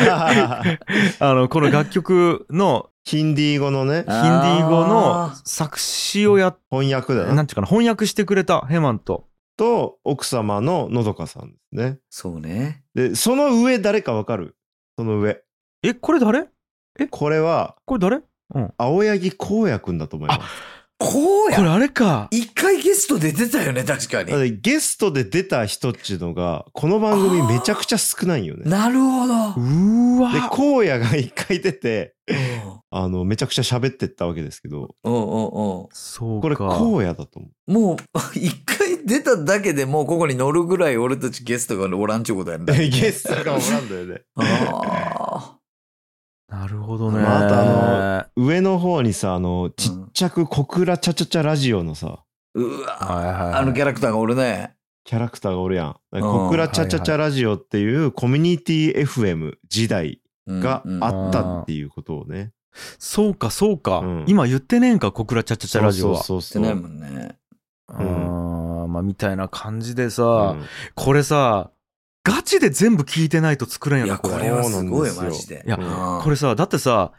Speaker 1: あの、この楽曲の、
Speaker 2: ヒンディー語のね、
Speaker 1: ヒンディー語の
Speaker 3: あー
Speaker 1: 作詞をやっ、
Speaker 2: 翻訳だ
Speaker 1: な
Speaker 2: なん
Speaker 1: ていうかな、翻訳してくれたヘマンと。
Speaker 2: と、奥様ののどかさんですね。
Speaker 3: そうね。
Speaker 2: で、その上誰かわかるその上。
Speaker 1: え、これ誰
Speaker 2: これは、
Speaker 1: これ誰こ
Speaker 2: 青柳光也くんだと思います。
Speaker 3: こう
Speaker 1: れ
Speaker 3: や。
Speaker 1: あれか。
Speaker 3: 一回ゲストで出てたよね、確かに
Speaker 2: だっ。てゲストで出た人っちゅうのが、この番組めちゃくちゃ少ないんよね。で、
Speaker 3: なるほ
Speaker 1: う
Speaker 3: ど。
Speaker 1: ーわ。
Speaker 2: 荒野が一回出て、あの、めちゃくちゃ喋ってったわけですけど、
Speaker 3: うんうんうん
Speaker 1: そう
Speaker 2: これ
Speaker 1: か。
Speaker 2: 荒野だと思う。
Speaker 3: うん。もう、 一回出ただけでもうここに乗るぐらい俺たちゲストがおらんちゅうことやんだ。
Speaker 2: でゲストがおらんだよね。
Speaker 3: あ
Speaker 1: なるほどね。
Speaker 2: まああとあ上の方にさ、あの、ちっちゃく小倉チャチャチャラジオのさ、
Speaker 3: ーうわ。
Speaker 1: はいはいはい
Speaker 3: あのキャラクターがおるね。
Speaker 2: キャラクターがおるやん。
Speaker 3: ん
Speaker 2: 小倉チャチャチャラジオっていうコミュニティ FM 時代
Speaker 3: うん
Speaker 2: が
Speaker 3: うん
Speaker 2: あったっていうことをね。
Speaker 1: そうか、そうか。
Speaker 2: うん
Speaker 1: 今言ってねえんか、小倉チャチャチャラジオは。
Speaker 2: そう
Speaker 3: して
Speaker 2: そうそ。
Speaker 3: ないうもんね。
Speaker 1: あーまあ、みたいな感じでさ、
Speaker 2: うん
Speaker 1: これさ、ガチで全部聞いてないと作れんよ
Speaker 3: い
Speaker 1: な
Speaker 3: や、
Speaker 1: こ
Speaker 3: こ
Speaker 1: れ。
Speaker 3: れはすごい、
Speaker 2: そうなん
Speaker 3: マ
Speaker 2: ですよ
Speaker 3: ジで。
Speaker 1: いや
Speaker 2: うん
Speaker 1: これさ、だってさ、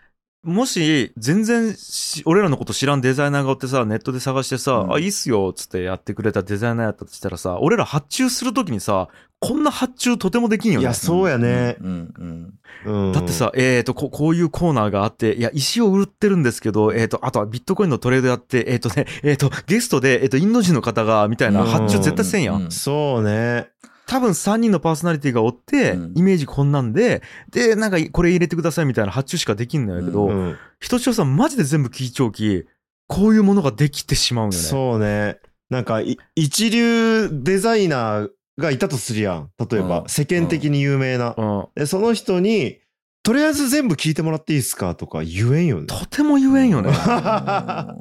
Speaker 1: もし、全然し、俺らのこと知らんデザイナーがおってさ、ネットで探してさ、
Speaker 3: うん
Speaker 1: あ、いいっすよ、つってやってくれたデザイナーやったとしたらさ、俺ら発注するときにさ、こんな発注とてもできんよ
Speaker 2: い
Speaker 1: ね
Speaker 2: や。そうやね
Speaker 3: うんうん。
Speaker 2: うん
Speaker 1: だってさ、えーと、ここういうコーナーがあって、いや、石を売ってるんですけど、えーと、あとはビットコインのトレードやって、えーとね、えーと、ゲストで、えーと、インド人の方が、みたいな
Speaker 2: うん
Speaker 1: 発注絶対せんやん。
Speaker 3: うん
Speaker 2: そうね。
Speaker 1: 多分3人のパーソナリティがおって、
Speaker 3: うん
Speaker 1: イメージこんなんで、で、なんかこれ入れてくださいみたいな発注しかできんのやけど、
Speaker 2: う
Speaker 1: 人
Speaker 2: ん。
Speaker 1: ひとしおさんマジで全部聞いちょうき、こういうものができてしまうんよね。
Speaker 2: そうね。なんかい、一流デザイナーがいたとするやん。例え
Speaker 3: う
Speaker 2: ば
Speaker 3: ん、
Speaker 2: 世間的に有名な。
Speaker 1: うん。
Speaker 2: で、その人に、とりあえず全部聞いてもらっていいですかとか言えんよ ね。
Speaker 1: とても言えんよね。
Speaker 2: だ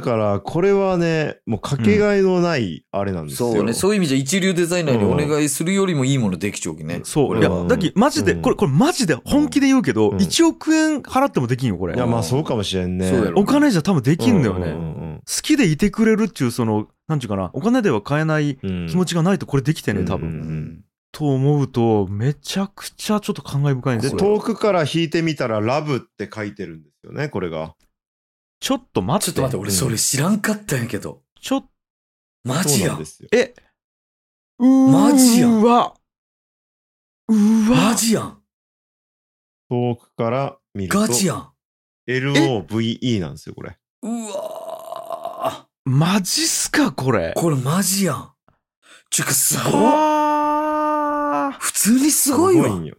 Speaker 2: から、これはね、もうかけがえのないあれなんですよ。
Speaker 3: そうね。そういう意味じゃ一流デザイナーにお願いするよりもいいものできちゃうきね。
Speaker 1: そう。い
Speaker 2: 俺
Speaker 1: や
Speaker 2: は、
Speaker 1: だっき、マジで、
Speaker 2: うん
Speaker 1: これ、これマジで本気で言うけど、
Speaker 2: うん
Speaker 1: 1億円払ってもできんよ、これ
Speaker 2: い。や、まあそうかもしれんね。
Speaker 3: そうやろ
Speaker 1: お金じゃ多分できんだよね。
Speaker 2: う
Speaker 1: 好
Speaker 2: ん
Speaker 1: きでいてくれるっていう、その、なんちゅうかな、お金では買えない
Speaker 2: うんうん。
Speaker 1: 気持ちがないとこれできてね、多
Speaker 2: う
Speaker 1: 分。
Speaker 2: ん
Speaker 1: と思うと、めちゃくちゃちょっと感慨深いんで
Speaker 2: です
Speaker 1: よ。
Speaker 2: 遠くから弾いてみたら「ラブ」って書いてるんですよねこれが
Speaker 1: ちょっと
Speaker 3: ち
Speaker 1: 待
Speaker 3: ょっ
Speaker 1: っ
Speaker 3: と
Speaker 1: て。
Speaker 3: 待って、俺それ知らんかったんやけど。
Speaker 1: ちょっと、
Speaker 3: マ
Speaker 2: そう
Speaker 3: ジ
Speaker 2: な
Speaker 3: や
Speaker 2: んで。すよ
Speaker 1: えうー
Speaker 3: マジやん
Speaker 1: うわ。うわ。
Speaker 3: マジやん。
Speaker 2: 遠くから見ると
Speaker 3: ガチやん。
Speaker 2: LOVE なんですよこれ
Speaker 3: うわ
Speaker 1: マジっすか、これ
Speaker 3: ー。。これマジやん。ちゅうかすごい。
Speaker 1: あ
Speaker 3: 普通にすごいわ
Speaker 2: す。んよ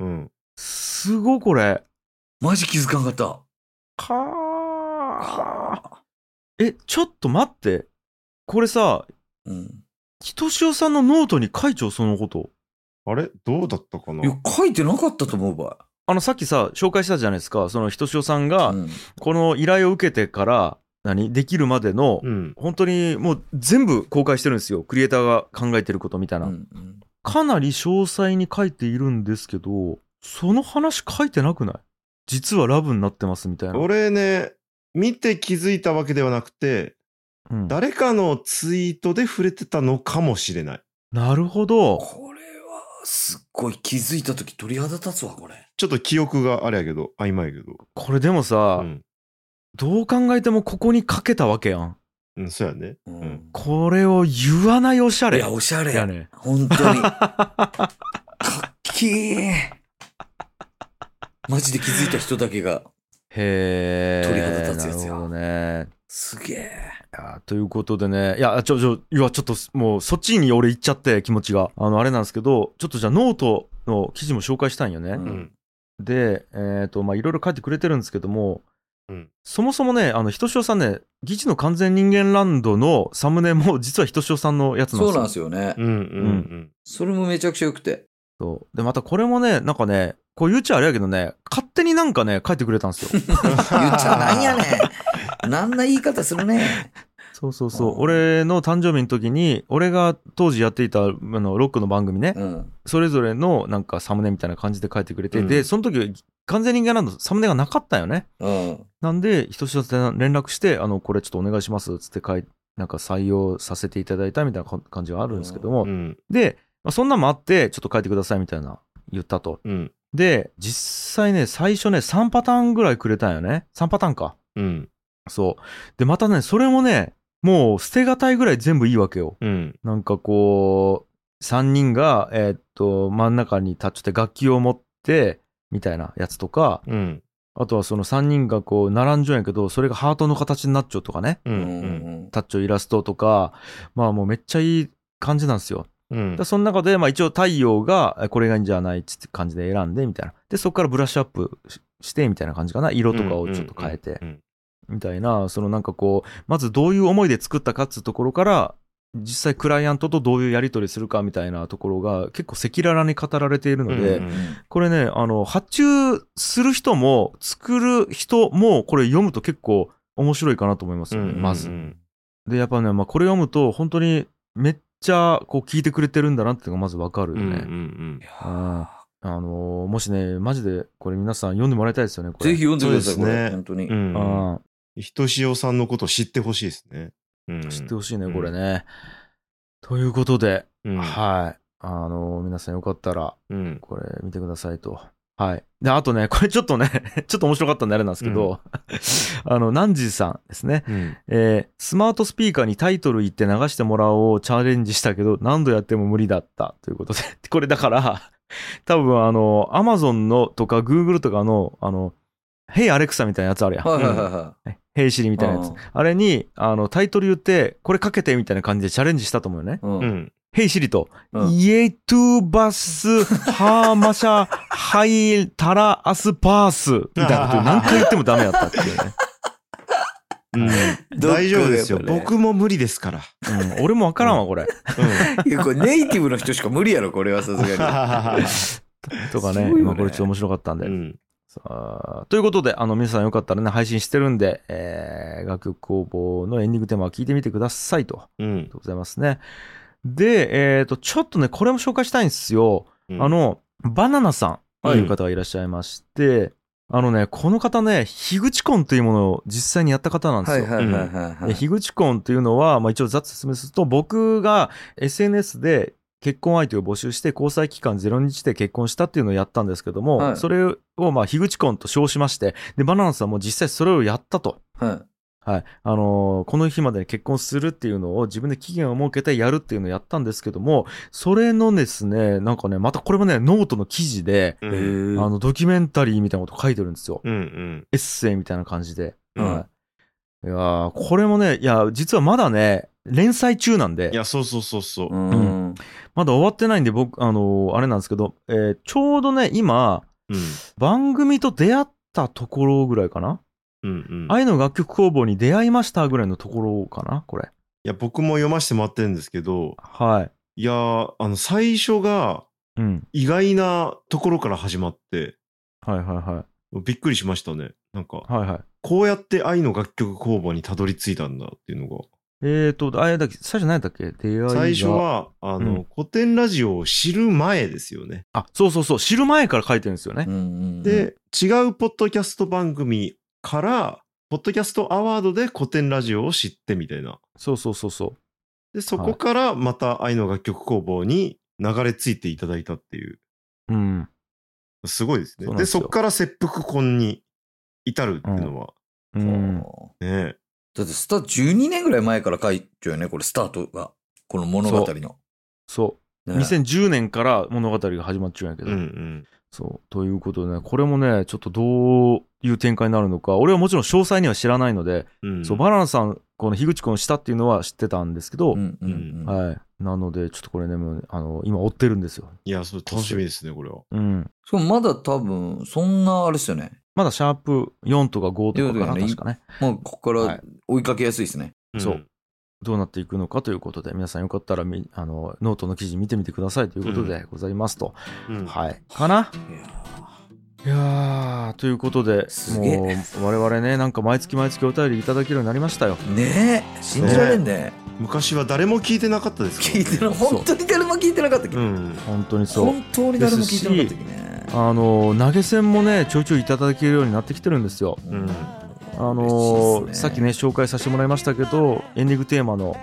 Speaker 2: うん
Speaker 1: ーすごい、これ。
Speaker 3: マジ気づかんかった。
Speaker 1: かーえ、ちょっと待って。これさ、
Speaker 3: うん。
Speaker 1: ひとしおさんのノートに書いちゃう、そのこと。
Speaker 2: あれどうだったかない
Speaker 3: や、書いてなかったと思うば
Speaker 1: あの、さっきさ、紹介したじゃないですか。そのひとしおさん
Speaker 3: い。
Speaker 1: が
Speaker 3: う、ん
Speaker 1: この依頼を受けてから、何できるまでの、
Speaker 2: うん
Speaker 1: 本当にもう全部公開してるんですよ。クリエイターが考えてることみたいうな。
Speaker 3: んうん
Speaker 1: かなり詳細に書いているんですけど、その話書いてなくない実はラブになってますみたいな。
Speaker 2: 俺ね見て気づいたわけではなくて
Speaker 1: うん
Speaker 2: 誰かのツイートで触れてたのかもしれない
Speaker 1: なるほど。
Speaker 3: これは、すっごい気づいたとき鳥肌立つわ、これ。
Speaker 2: ちょっと記憶があれやけど曖昧やけど
Speaker 1: これでもさ、
Speaker 2: うん、
Speaker 1: どう考えてもここに書けたわけやん。
Speaker 2: うん、そうやねう
Speaker 3: う
Speaker 2: ん
Speaker 3: ん。
Speaker 1: これを言わないおしゃ
Speaker 3: い
Speaker 1: れ。
Speaker 3: や、おしゃれ
Speaker 1: や
Speaker 3: やね。
Speaker 1: ね。
Speaker 3: 本当に。かっけえ。マジで気づいた人だけが。
Speaker 1: へー。
Speaker 3: 鳥肌立つやつや
Speaker 1: なるほどね。
Speaker 3: すげえ。
Speaker 1: いやーということでね、いや、ちょ、ちょ、いや、ちょっと、もう、そっちに俺行っちゃって、気持ちが。あの、あれなんですけど、ちょっとじゃあ、ノートの記事も紹介したいんよね。
Speaker 3: うん
Speaker 2: うん
Speaker 1: で、えっ、と、まあ、いろいろ書いてくれてるんですけども、
Speaker 2: うん
Speaker 1: そもそもね、あの、ひとしおさんね、議事の完全人間ランドのサムネも、実はひとしおさんのやつなん
Speaker 3: そ
Speaker 1: で
Speaker 3: う
Speaker 1: すよ。
Speaker 3: なんで
Speaker 2: う。
Speaker 3: すよね
Speaker 2: んうん
Speaker 3: それもめちゃくちゃ良くて。
Speaker 1: そうで、またこれもね、なんかね、こう言うちゃあれやけどね、勝手になんかね、書いてくれたん ですよ。
Speaker 2: 言っち
Speaker 3: 言っちゃなんやねん。なんな言い方する ね。
Speaker 1: そうそうそうう。
Speaker 3: ん
Speaker 1: 俺の誕生日の時に、俺が当時やっていた、あの、ロックの番組ね、
Speaker 3: うん。
Speaker 1: それぞれのなんかサムネみたいな感じで書いてくれて、
Speaker 2: うん
Speaker 1: で、その時、完全人間ランドサムネがなかったよね。
Speaker 3: うん。
Speaker 1: なんで、ひとしおさん連絡して、あの、これちょっとお願いします、つって書いなんか採用させていただいたみたいな感じがあるんですけども、
Speaker 2: うん
Speaker 1: で、まあ、そんなんもあって、ちょっと書いてくださいみたいな言ったと。
Speaker 2: うん
Speaker 1: で、実際ね、最初ね、3パターンぐらいくれたんよね。3パターンか。
Speaker 2: うん
Speaker 1: そう。で、またね、それもね、もう捨てがたいぐらい全部いいわけよ。
Speaker 2: うん
Speaker 1: なんかこう、3人が、えーっと、真ん中に立ちて楽器を持って、みたいなやつとか、
Speaker 2: うん
Speaker 1: あとはその3人がこう、並んじゃうんやけど、それがハートの形になっちゃうとかね。
Speaker 2: う
Speaker 3: うんん。
Speaker 1: タッチョイラストとか、まあもうめっちゃいい感じなんですよ。
Speaker 2: うん
Speaker 1: でその中で、まあ一応太陽がえこれがいいんじゃないっつって感じで選んでみたいな。で、そこからブラッシュアップししてみたいな感じかな。色とかをちょっと変えて
Speaker 2: う。ん
Speaker 1: みたいな、そのなんかこう、まずどういう思いで作ったかっつうところから、実際クライアントとどういうやり取りするかみたいなところが結構赤裸々に語られているので、
Speaker 2: うんうん
Speaker 1: これね、あの、発注する人も作る人もこれ読むと結構面白いかなと思いますよね、まず
Speaker 2: う。ん
Speaker 1: で、やっぱね、まあ、これ読むと、本当にめっちゃ、こう、聞いてくれてるんだなっていうのがまずわかる
Speaker 2: うん
Speaker 1: よ
Speaker 2: う
Speaker 1: ね。
Speaker 2: んうん
Speaker 3: いや
Speaker 1: ああのーもしね、マジで、これ皆さん読んでもらいたいですよね、これ。
Speaker 3: ぜひ読んでください、
Speaker 2: そう
Speaker 3: こ
Speaker 2: ですね
Speaker 3: れ。本当に
Speaker 2: う。んうん
Speaker 1: あ
Speaker 2: ひとしおさんのこと知ってほしいですね
Speaker 1: あ知って
Speaker 2: ほ
Speaker 1: ほしいね、
Speaker 2: うん
Speaker 1: これね。ということで、
Speaker 2: しい
Speaker 1: はい。あのー皆さんよかったら、
Speaker 2: うん
Speaker 1: これ見てくださいと。はい。で、あとね、これちょっとね、 ちょっと面白かったんであれなんですけど、 あの、ナンジーさんですね。
Speaker 2: うん
Speaker 1: えースマートスピーカーにタイトル言って流してもらおうチャレンジしたけど何度やっても無理だったということで これだから多分あの Amazon のとか Google とかのあの Hey Alexa みたいなやつあるやん
Speaker 3: はいはいはいは
Speaker 1: Hey Siri み
Speaker 3: い。
Speaker 1: たいなやつあれにあのタイトル言ってこれかけてみたいな感じでチャレンジしたと思うよね
Speaker 3: うん。
Speaker 2: う
Speaker 3: うん。
Speaker 2: ん
Speaker 1: Hey Siri と
Speaker 3: うん
Speaker 1: イエトゥバスハーマシャハイタラアスパースみたいなこと何回言ってもダメやったっていうね
Speaker 2: うん
Speaker 3: どっかが
Speaker 2: 大丈夫ですよ
Speaker 3: やっぱね
Speaker 2: 僕も無理ですから
Speaker 1: うん俺もわからんわこれ
Speaker 2: うん
Speaker 3: いや、これネイティブの人しか無理やろ、これはさすがに。
Speaker 1: とか
Speaker 3: すご
Speaker 1: ね
Speaker 3: いよね
Speaker 1: まあこれちょっと面白かったんで、
Speaker 2: うん。
Speaker 1: さあということで、あの、皆さんよかったらね、配信してるんで、えー、楽曲工房のエンディングテーマを聞いてみてくださいと。あり
Speaker 2: うん
Speaker 1: が。とうございますね。で、えっ、と、ちょっとね、これも紹介したいんですよ。
Speaker 2: うん
Speaker 1: あ、の、バナナさんと
Speaker 2: はい
Speaker 1: いう方がいらっしゃいまして、あのね、この方ね、樋口コンというものを実際にやった方なんですよ。
Speaker 3: はいはいはいはいは
Speaker 1: え
Speaker 3: い。
Speaker 1: 樋口婚というのは、まあ、一応ざっと説明すると僕が SNS で結婚相手を募集して交際期間0日で結婚したっていうのをやったんですけども、
Speaker 3: はい
Speaker 1: それをまあ樋口婚と称しましてでバナナさんも実際それをやったと。
Speaker 3: はい
Speaker 1: はいあのーこの日までに結婚するっていうのを自分で期限を設けてやるっていうのをやったんですけどもそれのですねなんかねまたこれもねノートの記事で、
Speaker 2: う
Speaker 3: へ
Speaker 2: ん
Speaker 1: あ
Speaker 3: ー
Speaker 1: のドキュメンタリーみたいなこと書いてるんですよ、
Speaker 2: うんうん。
Speaker 1: エッセイみたいな感じで。
Speaker 2: うん
Speaker 1: はい。いやーこれもね、いや、実はまだね、連載中なん
Speaker 2: い
Speaker 1: で、
Speaker 2: や、そうそうそうそうう。
Speaker 3: ん。
Speaker 1: まだ終わってないんで、僕、あのーあれなんですけど、えーちょうどね、今、
Speaker 2: うん。
Speaker 1: 番組と出会ったところぐらいかな。
Speaker 2: うんうん。い
Speaker 1: 愛の楽曲工房に出会いましたぐらいのところかな、これ。
Speaker 2: や、僕も読ませてもらってるんですけど、
Speaker 1: はい
Speaker 2: やー、あの、最初が
Speaker 1: い。うん。
Speaker 2: 意外なところから始まって、
Speaker 1: はいはいは
Speaker 2: びっくりしましたね。なんか、
Speaker 1: い。はいはい。
Speaker 2: こうやって愛の楽曲工房にたどり着いたんだっていうのが。
Speaker 1: えーと、あれだっけ、最初何だっけ出会いが
Speaker 2: 最初。は、あの、
Speaker 1: うん
Speaker 2: 古典ラジオを知る前ですよね。
Speaker 1: あ、そうそうそう、知る前から書いてるんですよね
Speaker 3: うんう。ん。
Speaker 2: で、違うポッドキャスト番組から、ポッドキャストアワードで古典ラジオを知ってみたいな。
Speaker 1: そうそうそうそう。
Speaker 2: で、そこからまた愛の楽曲工房に流れ着いていただいたっていう。
Speaker 1: うん。
Speaker 2: すごいです
Speaker 1: そ
Speaker 2: ね。
Speaker 1: うなん
Speaker 2: で
Speaker 1: です
Speaker 2: そ
Speaker 1: よ
Speaker 2: こから切腹婚に至るっていうのは、
Speaker 1: う
Speaker 3: うんん。。
Speaker 2: ね
Speaker 3: だってスター12年ぐらい前から書いちゃうよね、これスタートが。この物語の。
Speaker 1: そう。
Speaker 3: ね
Speaker 1: 2010年から物語が始まっちゃうんやけ
Speaker 2: え。
Speaker 1: ど。
Speaker 2: うんうん。
Speaker 1: そう。ということでね、これもね、ちょっとどういう展開になるのか、俺はもちろん詳細には知らないので、
Speaker 2: うん、
Speaker 1: そう、バナナさん、この樋口くんをしたっていうのは知ってたんですけど、
Speaker 3: うんうんうん。
Speaker 1: はい。なので、ちょっとこれね、もうあの、今追ってるんですよ。
Speaker 2: いや、それ楽しみですね、これは。。
Speaker 1: うん。
Speaker 3: しかもまだ多分、そんなあれですよね。
Speaker 1: まだシャープ4とか5とかかな、
Speaker 3: いやいや
Speaker 1: 確かね。
Speaker 3: まあ、ここか
Speaker 1: は
Speaker 3: ら
Speaker 1: い
Speaker 3: 追いかけやすいですね。
Speaker 1: そうんどうなっていくのかということで、皆さんよかったらみ、あの、ノートの記事見てみてくださいということでございますと。
Speaker 2: うん
Speaker 1: はい。かない
Speaker 3: や
Speaker 1: いやー、ということで、
Speaker 3: すげえ
Speaker 1: もう、我々ね、なんか毎月毎月お便りいただけるようになりましたよ。
Speaker 3: ーねえ、信じられんね。
Speaker 2: 昔は誰も聞いてなかったです
Speaker 3: 聞いて
Speaker 2: な
Speaker 3: な、本当に誰も聞いてなかったっけ
Speaker 2: うん。
Speaker 1: 本当にそう。
Speaker 3: 本当に誰も聞いてなかったっけね。
Speaker 1: あの投げ銭もねちょいちょいいただけるようになってきてるんですよ。
Speaker 2: うん
Speaker 1: あの
Speaker 3: 嬉しいっす
Speaker 1: さっきね紹介させてもらいましたけどエンディングテーマの、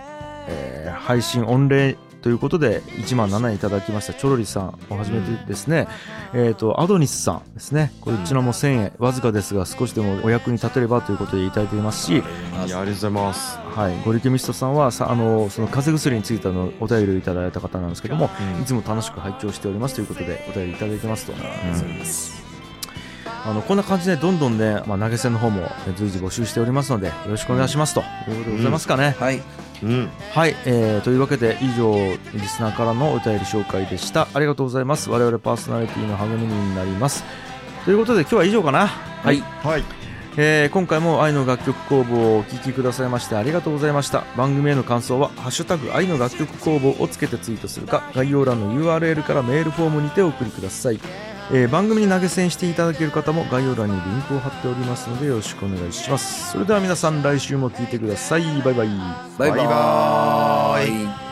Speaker 1: えー配信御礼ということで1万7円いただきましたチョロリさんをはじめてですね、えー、とアドニスさんですねこちらも1000円わずかですが少しでもお役に立てればということでいただいていますし、
Speaker 2: いや、ありがとうございます。
Speaker 1: はい、ゴリケミストさんはさあのその風邪薬についてのお便りをいただいた方なんですけどもいつも楽しく拝聴しておりますということでお便りいただいてますと。うんあのこんな感じでどんどんね、まあ、投げ銭の方も随時募集しておりますのでよろしくお願いしますということでございますかね、
Speaker 3: はい。
Speaker 2: うん。
Speaker 1: はい、えーというわけで以上リスナーからのお便り紹介でしたありがとうございます我々パーソナリティの励みになりますということで今日は以上かなは
Speaker 3: はい。
Speaker 2: はい。
Speaker 1: えー今回も愛の楽曲工房をお聴きくださいましてありがとうございました番組への感想は「ハッシュタグ愛の楽曲工房」をつけてツイートするか概要欄の URL からメールフォームにてお送りください、えー番組に投げ銭していただける方も概要欄にリンクを貼っておりますのでよろしくお願いしますそれでは皆さん来週も聴いてくださいバイバイ
Speaker 3: バイバーイ。